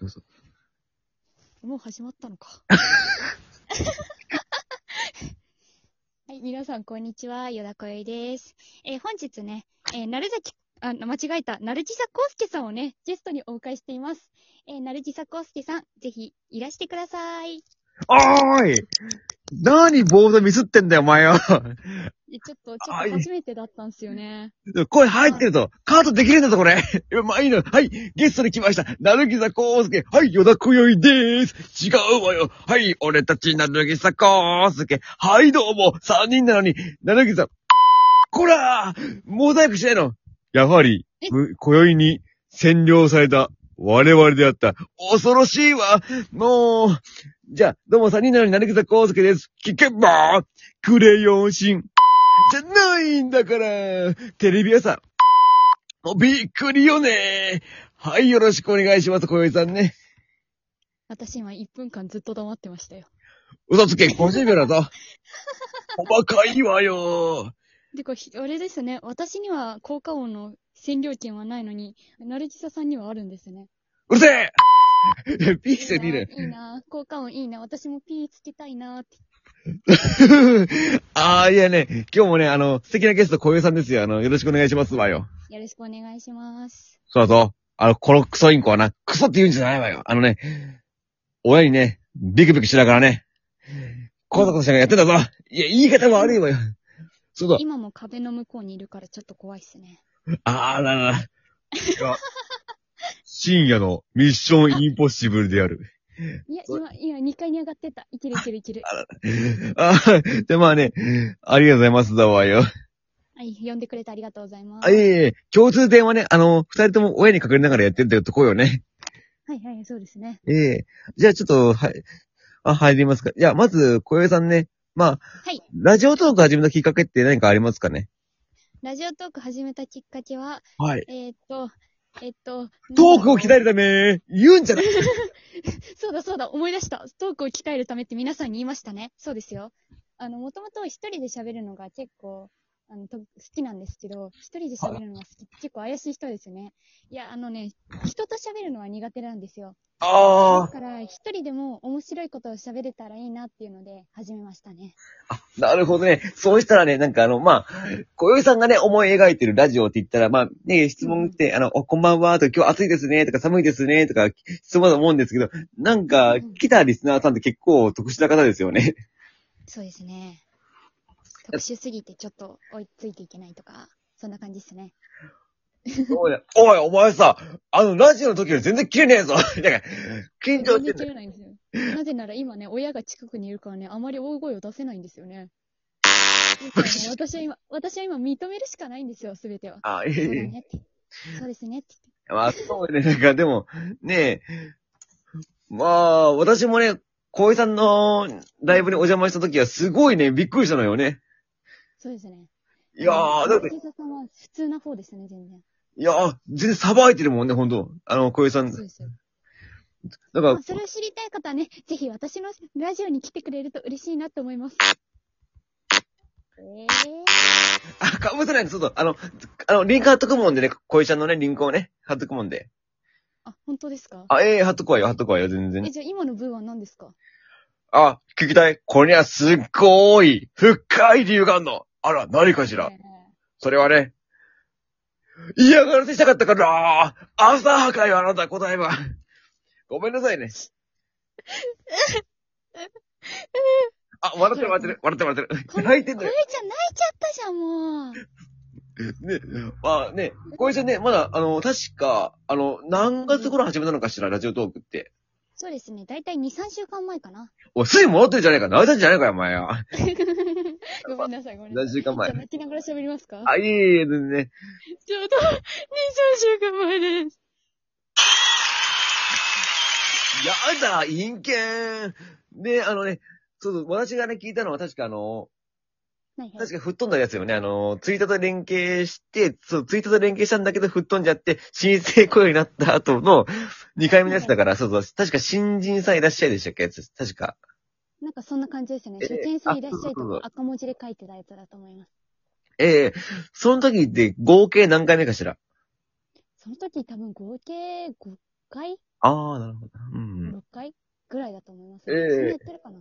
どうぞ。もう始まったのか。はい、皆さん、こんにちは。よだこよいです。えー本日ね、えー、なるざき、あ、間違えた、なるじさこうすけさんをね、ゲストにお迎えしています。えー、なるじさこうすけさん、ぜひ、いらしてください。おーいなーにボードミスってんだよ、お前よ。えちょっと、ちょあっいと初めてだったんですよね。声入ってると、カートできるんだぞ、これ。 うまいの。はい、ゲストに来ました。なるぎさこうすけ。はい、よだこよいでーす。違うわよ。はい、俺たちなるぎさこうすけ。はい、どうも。3人なのに、なるぎさ、こらーモザイクしないの。やはりえ、む今宵に占領された我々であった。恐ろしいわ。もう、じゃあ、どうも3人なのになるぎさこうすけです。聞けばークレヨンしん。じゃないんだから、テレビ朝、びっくりよね。はい、よろしくお願いします、小宵さんね。私、今、1分間ずっと黙ってましたよ。嘘つけ、50秒だぞ。細かいわよ。で、これひ、あれですね、私には効果音の占領権はないのに、なるじささんにはあるんですね。うるせえピースにいいなね。いいな効果音いいな私もピーつけたいなって。ああ、いやね、今日もね、あの、素敵なゲスト小宵さんですよ。あの、よろしくお願いしますわよ。よろしくお願いします。そうそう。あの、このクソインコはな、クソって言うんじゃないわよ。あのね、親にね、ビクビクしながらね、コソコソしながらやってんだぞ。いや、言い方悪いわよ。そうだ。今も壁の向こうにいるからちょっと怖いっすね。あららら。い や深夜のミッションインポッシブルである。いや、そう今、今2階に上がってった。いけるいけるいける。あで、まあね、ありがとうございますだわよ。はい、呼んでくれてありがとうございます。あ、いえいえ、共通点はね、あの、二人とも親に隠れながらやってるってとこよね。はいはい、そうですね。ええじゃあちょっと、はい。あ、入りますか。じゃあ、まず、小江さんね。まあ、はいラジオトーク始めたきっかけって何かありますかねラジオトーク始めたきっかけは、はい。えー、っと、えー、っと、トークを鍛えるため、言うんじゃないそうだそうだ、思い出した。トークを鍛えるためって皆さんに言いましたね。そうですよ。あの、もともと一人で喋るのが結構、あの、と好きなんですけど、一人で喋るのが好きって結構怪しい人ですよね。いや、あのね、人と喋るのは苦手なんですよ。だあから、一人でも面白いことを喋れたらいいなっていうので、始めましたね。あ、なるほどね。そうしたらね、なんかあの、まあ、小江さんがね、思い描いてるラジオって言ったら、まあ、ね、質問って、あの、おこんばんは、とか、今日暑いですね、とか、寒いですね、とか、質問だと思うんですけど、なんかうん、来たリスナーさんって結構特殊な方ですよね。そうですね。特殊すぎてちょっと追いついていけないとか、そんな感じですね。そうだ おい、お前さ、あの、ラジオの時より全然切れねえぞ。 なんか、緊張全して然んだ切よ。れないんですよ。なぜなら今ね、親が近くにいるからね、あまり大声を出せないんですよね。私は今、私は今認めるしかないんですよ、すべては。あ、いそうだい、いい。ねって。そうですねって言って。まあ、そうね。なんか、でも、ねえ、まあ、私もね、小江さんのライブにお邪魔した時は、すごいね、びっくりしたのよね。そうですね。いやー、だって、藤井さんは普通な方ですね、全然。いやー、全然さばいてるもんね、ほんと。あの、小江さん。そうですよ。だからまあ、それを知りたい方はね、ぜひ私のラジオに来てくれると嬉しいなと思います。えー、あ、かぶせないで、そうそう。あの、あの、リンク貼っとくもんでね、小江ちゃんのね、リンクをね、貼っとくもんで。あ、本当ですかあ、ええ貼っとくわよ、貼っとくわよ、全え、然。じゃあ今の部分は何ですかあ、聞きたい。これにはすっごい、深い理由があんの。あら、何かしら。えーそれはね、嫌がらせしたかったから、朝はかよ、あなた、答えは。ごめんなさ いね。あ、笑ってる、笑ってる、笑ってる、笑ってる。泣いてんこだれよ。ちゃん泣いちゃったじゃん、もう。ね、まあね、これじゃね、まだ、あの、確か、あの、何月頃始めたのかしら、ラジオトークって。そうですね。だいたい2、3週間前かな。おい、水戻ってるじゃねえか、泣いたんじゃねえかよ、お前は。 ごめんなさい、ごめんな何さい。週間前じゃあ。泣きながら喋りますかあ、いえいえ、全然ね。ちょうど、2、3週間前です。やだ、陰険。で、あのね、そうそう、私がね、聞いたのは確かあの、はいはい確か吹っ飛んだやつよね。あの、ツイッターと連携して、そう、ツイッターと連携したんだけど吹っ飛んじゃって、新生雇用になった後の2回目のやつだから、そうそう、確か新人さんいらっしゃいでしたっけ確か。なんかそんな感じですね。ええ初見さんいらっしゃいあそうそうそとうか赤文字で書いてたやつだと思います。ええその時って合計何回目かしらその時多分合計 5, 回ああ、なるほど。うん。 ?6 回ぐらいだと思います。ええそんなやってるかな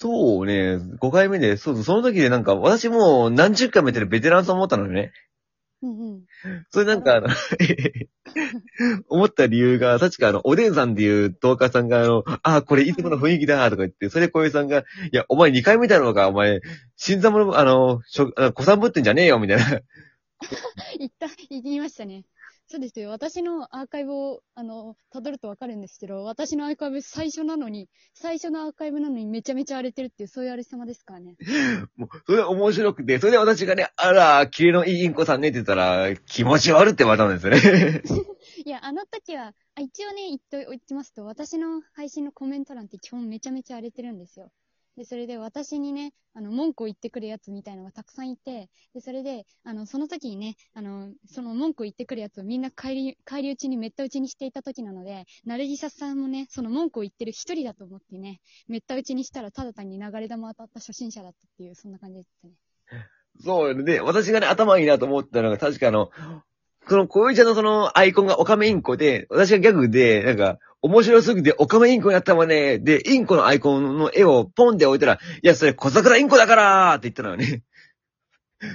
そうね、5回目で、そう、その時でなんか、私もう何十回もやってるベテランと思ったのよね。うんうん。それなんか、あ の思った理由が、確かあの、おでんさんっていう動画さんが、あの、ああ、これいつもの雰囲気だ、とか言って、それ小遊さんが、いや、お前2回目だろうか、お前、新参者、あの、しょあの子さんぶってんじゃねえよ、みたいな。 言った、言いましたね。そうですよ。私のアーカイブを、あの、辿るとわかるんですけど、私のアーカイブ最初なのに、最初のアーカイブなのにめちゃめちゃ荒れてるっていう、そういう荒れ様ですからね。もう、それ面白くて、それで私がね、あら、キレのいいインコさんねって言ったら、気持ち悪って言われたんですよね。いや、あの時は、あ一応ね、言っておきますと、私の配信のコメント欄って基本めちゃめちゃ荒れてるんですよ。で、それで私にね、あの、文句を言ってくるやつみたいのがたくさんいて、で、それで、あの、その時にね、あの、その文句を言ってくるやつをみんな帰り、帰り討ちにめった打ちにしていた時なので、なるぎささんもね、その文句を言ってる一人だと思ってね、めった打ちにしたらただ単に流れ玉当たった初心者だったっていう、そんな感じですね。そうよね。で、私がね、頭いいなと思ったのが、確かあの、その、小遊ちゃんのその、アイコンがオカメインコで、私がギャグで、なんか、面白すぎてオカメインコになったわね。で、インコのアイコンの絵をポンって置いたら、いや、それ小桜インコだからーって言ったのよね。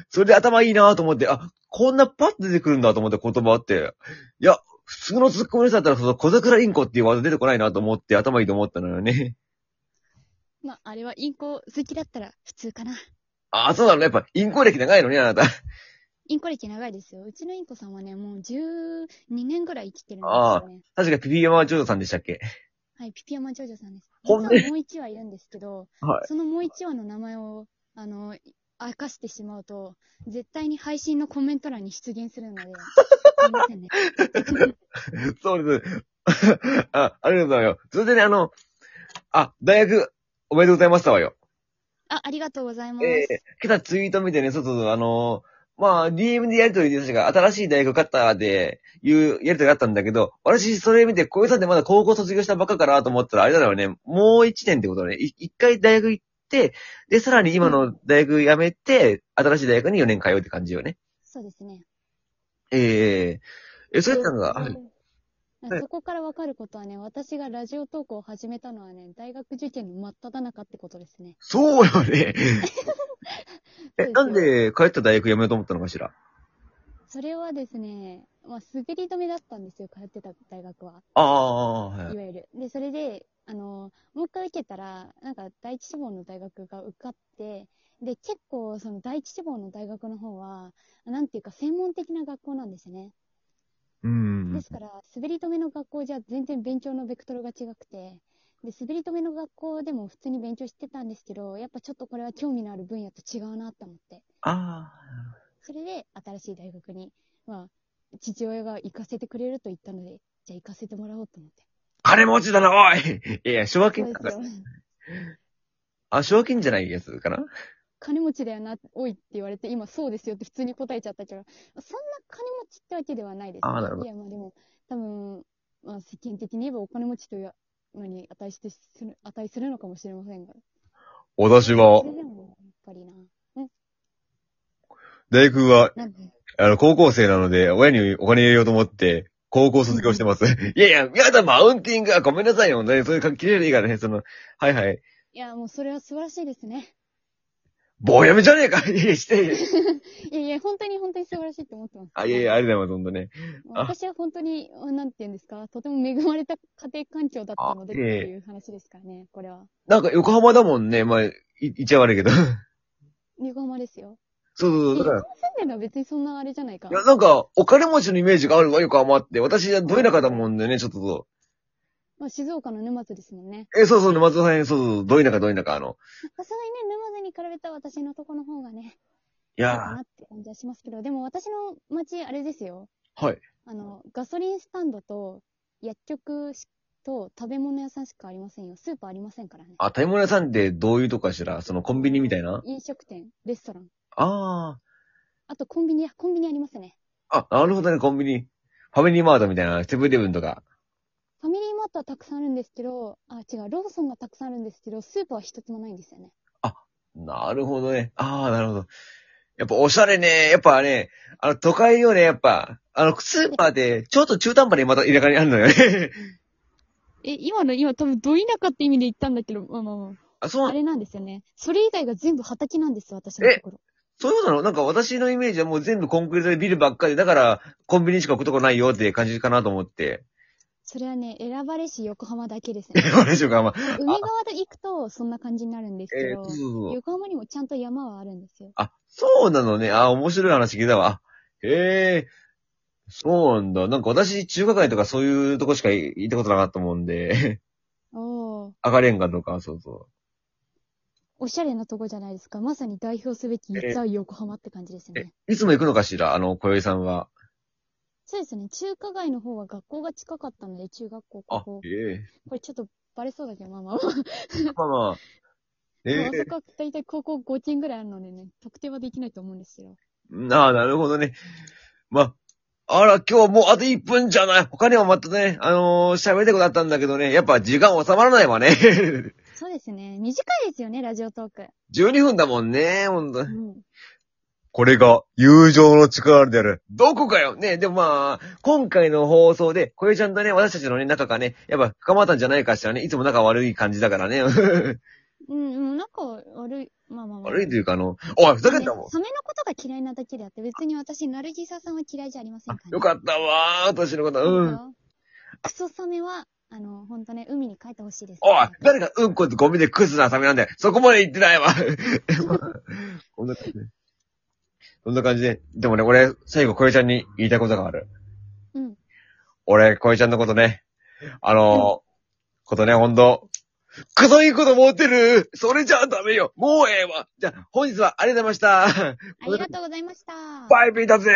それで頭いいなと思って、あ、こんなパッと出てくるんだと思って言葉って。いや、普通のツッコミの人だったら、その小桜インコっていうワード出てこないなと思って、頭いいと思ったのよね。まあ、あれはインコ好きだったら普通かな。ああ、そうなのやっぱ、インコ歴長いのね、あなた。インコ歴長いですよ。うちのインコさんはね、もう12年ぐらい生きてるんですあよね。確か、ピピヤマジョジョさんでしたっけはい、ピピヤマジョジョさんです。実ほはんもうで1羽いるんですけど、はいそのもう1羽の名前を、あの、明かしてしまうと、絶対に配信のコメント欄に出現するので、すいま せんね。そうです。 あ、ありがとうございます。それでね、あの、あ、大学、おめでとうございましたわよ。あ、ありがとうございます。ええ今朝ツイート見てね、そうそうそう、あのーまあ、DM でやりとりで確か、新しい大学買ったで、いう、やりとりがあったんだけど、私、それ見て、小遊さんってまだ高校卒業したばっかかなと思ったら、あれだろうね、もう一年ってことだね。い一回大学行って、で、さらに今の大学辞めて、新しい大学に4年通うって感じよね。そうですね。えええ、そうやったのが、はいはいそこからわかることはね、私がラジオ投稿を始めたのはね、大学受験の真っ只中ってことですね。そうよね。 そうですえ、よなんで帰った大学辞めようと思ったのかしらそれはですね、まあ、滑り止めだったんですよ、通ってた大学は。ああ、はいい。わゆる。で、それで、あの、もう一回受けたら、なんか第一志望の大学が受かって、で、結構その第一志望の大学の方は、なんていうか専門的な学校なんですね。うんで。すから、滑り止めの学校じゃ全然勉強のベクトルが違くて、で、滑り止めの学校でも普通に勉強してたんですけど、やっぱちょっとこれは興味のある分野と違うなと思って。あそれで新しい大学に、まあ、父親が行かせてくれると言ったので、じゃあ行かせてもらおうと思って。あ。金持ちだな、おいいやいや、奨学金そうですよあ、奨学金じゃないやつかな金持ちだよな、おいって言われて、今そうですよって普通に答えちゃったけど、そんな金持ちってわけではないです、あーなるほどいや、まあでも、多分、まあ世間的に言えばお金持ちというのに値してする、値するのかもしれませんが。私はそ、れでも、やっぱりな。大学は、なんで、あの、高校生なので、親にお金入れようと思って、高校卒業してます。 いやいや、やだ、マウンティングはごめんなさいよ。本当にそういう関係でいいからね、その、はいはい。いや、もうそれは素晴らしいですね。棒やめじゃねえか いやいや、して。いやいや、本当に本当に素晴らしいと思ってます。あ、いやいや、ありがとうございます、ほんとね。まああ私は本当に、なんて言うんですか、とても恵まれた家庭環境だったのでっあてええいう話ですからね、これは。なんか横浜だもんね、まあ、い言っちゃ悪いけど。 そう横浜ですよ。そうそう、だから。住んでるのは別にそんなあれじゃないかい。や、なんか、お金持ちのイメージがあるわ、横浜って。私、ど田舎だもんでね、ちょっと。まあ、静岡の沼津ですもんね。え、そうそう、松田さん、そうそう、ど田舎、ど田舎、あの。さすがにね、沼津に比べたら私のとこの方がね、いいいかやなって感じはしますけど、でも私の町、あれですよ。ー、はい。あの、ガソリンスタンドと薬局しと食べ物屋さんしかありませんよ。スーパーありませんからね。あ、タイム屋さんってどういうとこかしらそのコンビニみたいな飲食店、レストラン。ああとコンビニ、コンビニありますね。あ。あ、なるほどね、コンビニ。ファミリーマートみたいな、セブンイレブンとか。ファミリーマートはたくさんあるんですけど、あ、違う、ローソンがたくさんあるんですけど、スーパーは一つもないんですよね。なるほどね。ああ、なるほど。やっぱおしゃれね。やっぱね、あの、都会よね、やっぱ。あの、スーパーで、ちょっと中途半端にまた田舎にあるのよね。 え、今の、今多分、ど田舎って意味で言ったんだけど、まあまあまあ、そうあ。あなの、れなんですよね。それ以外が全部畑なんです、私のところ。そういうことなのなんか私のイメージはもう全部コンクリートでビルばっかりで、だから、コンビニしか置くとこないよって感じかなと思 って。それはね、選ばれし横浜だけです え、ね。どうでしょうか、まあ。海側で行くと、そんな感じになるんですけえーど、そうそうそう。横浜にもちゃんと山はあるんですよ。あ、そうなのね。あ、面白い話聞いたわ。あへえ、そうなんだ。なんか私、中華街とかそういうとこしか行ったことなかったもんで、 おー、赤レンガとか、そうそおしゃれなとこじゃないですか。まさに代表すべき、えザ・横浜って感じですう。ねえ。、いつも行くのかしらあの、小宵さんは。そうですね。中華街の方は学校が近かったので、中学校、あ高校、。えこれちょっとバレそうだけど、まあまあまあ。えまあまあ。えあえそこは大体高校5軒ぐらいあるのでね、特定はできないと思うんですよ。なあ、なるほどね。まあ、あら、今日はもうあと1分じゃない。他にもまたね、あのー喋りたいことあったんだけどね、やっぱ時間収まらないわね。 そうですね。短いですよね、ラジオトーク。 12分だもんね、ほんとう。ん。これが友情の力である。どこかよねでもまあ、今回の放送で、小江ちゃんとね、私たちのね、仲がね、やっぱ深まったんじゃないかしらね。いつも仲悪い感じだからね。 うん、うん、なんか悪い、まあまあまあ。悪いというかあの、おい、ふざけんなもんね。サメのことが嫌いなだけであって、別に私、ナルジサさんは嫌いじゃありませんから、ね。よかったわー、私のこと。そうですん。よクソサメは、あの、ほんとね、海に帰ってほしいです。おい、誰がうんこってゴミでクズなサメなんだよ。そこまで言ってないわ。こんな感じで。こんな感じで。でもね、俺、最後小江ちゃんに言いたいことがある。うん。俺、小江ちゃんのことね、あのー、ことね、ほんと、クソいいこと持ってるそれじゃあダメよもうええわじゃあ、本日はありがとうございましたありがとうございました。バイビーだぜ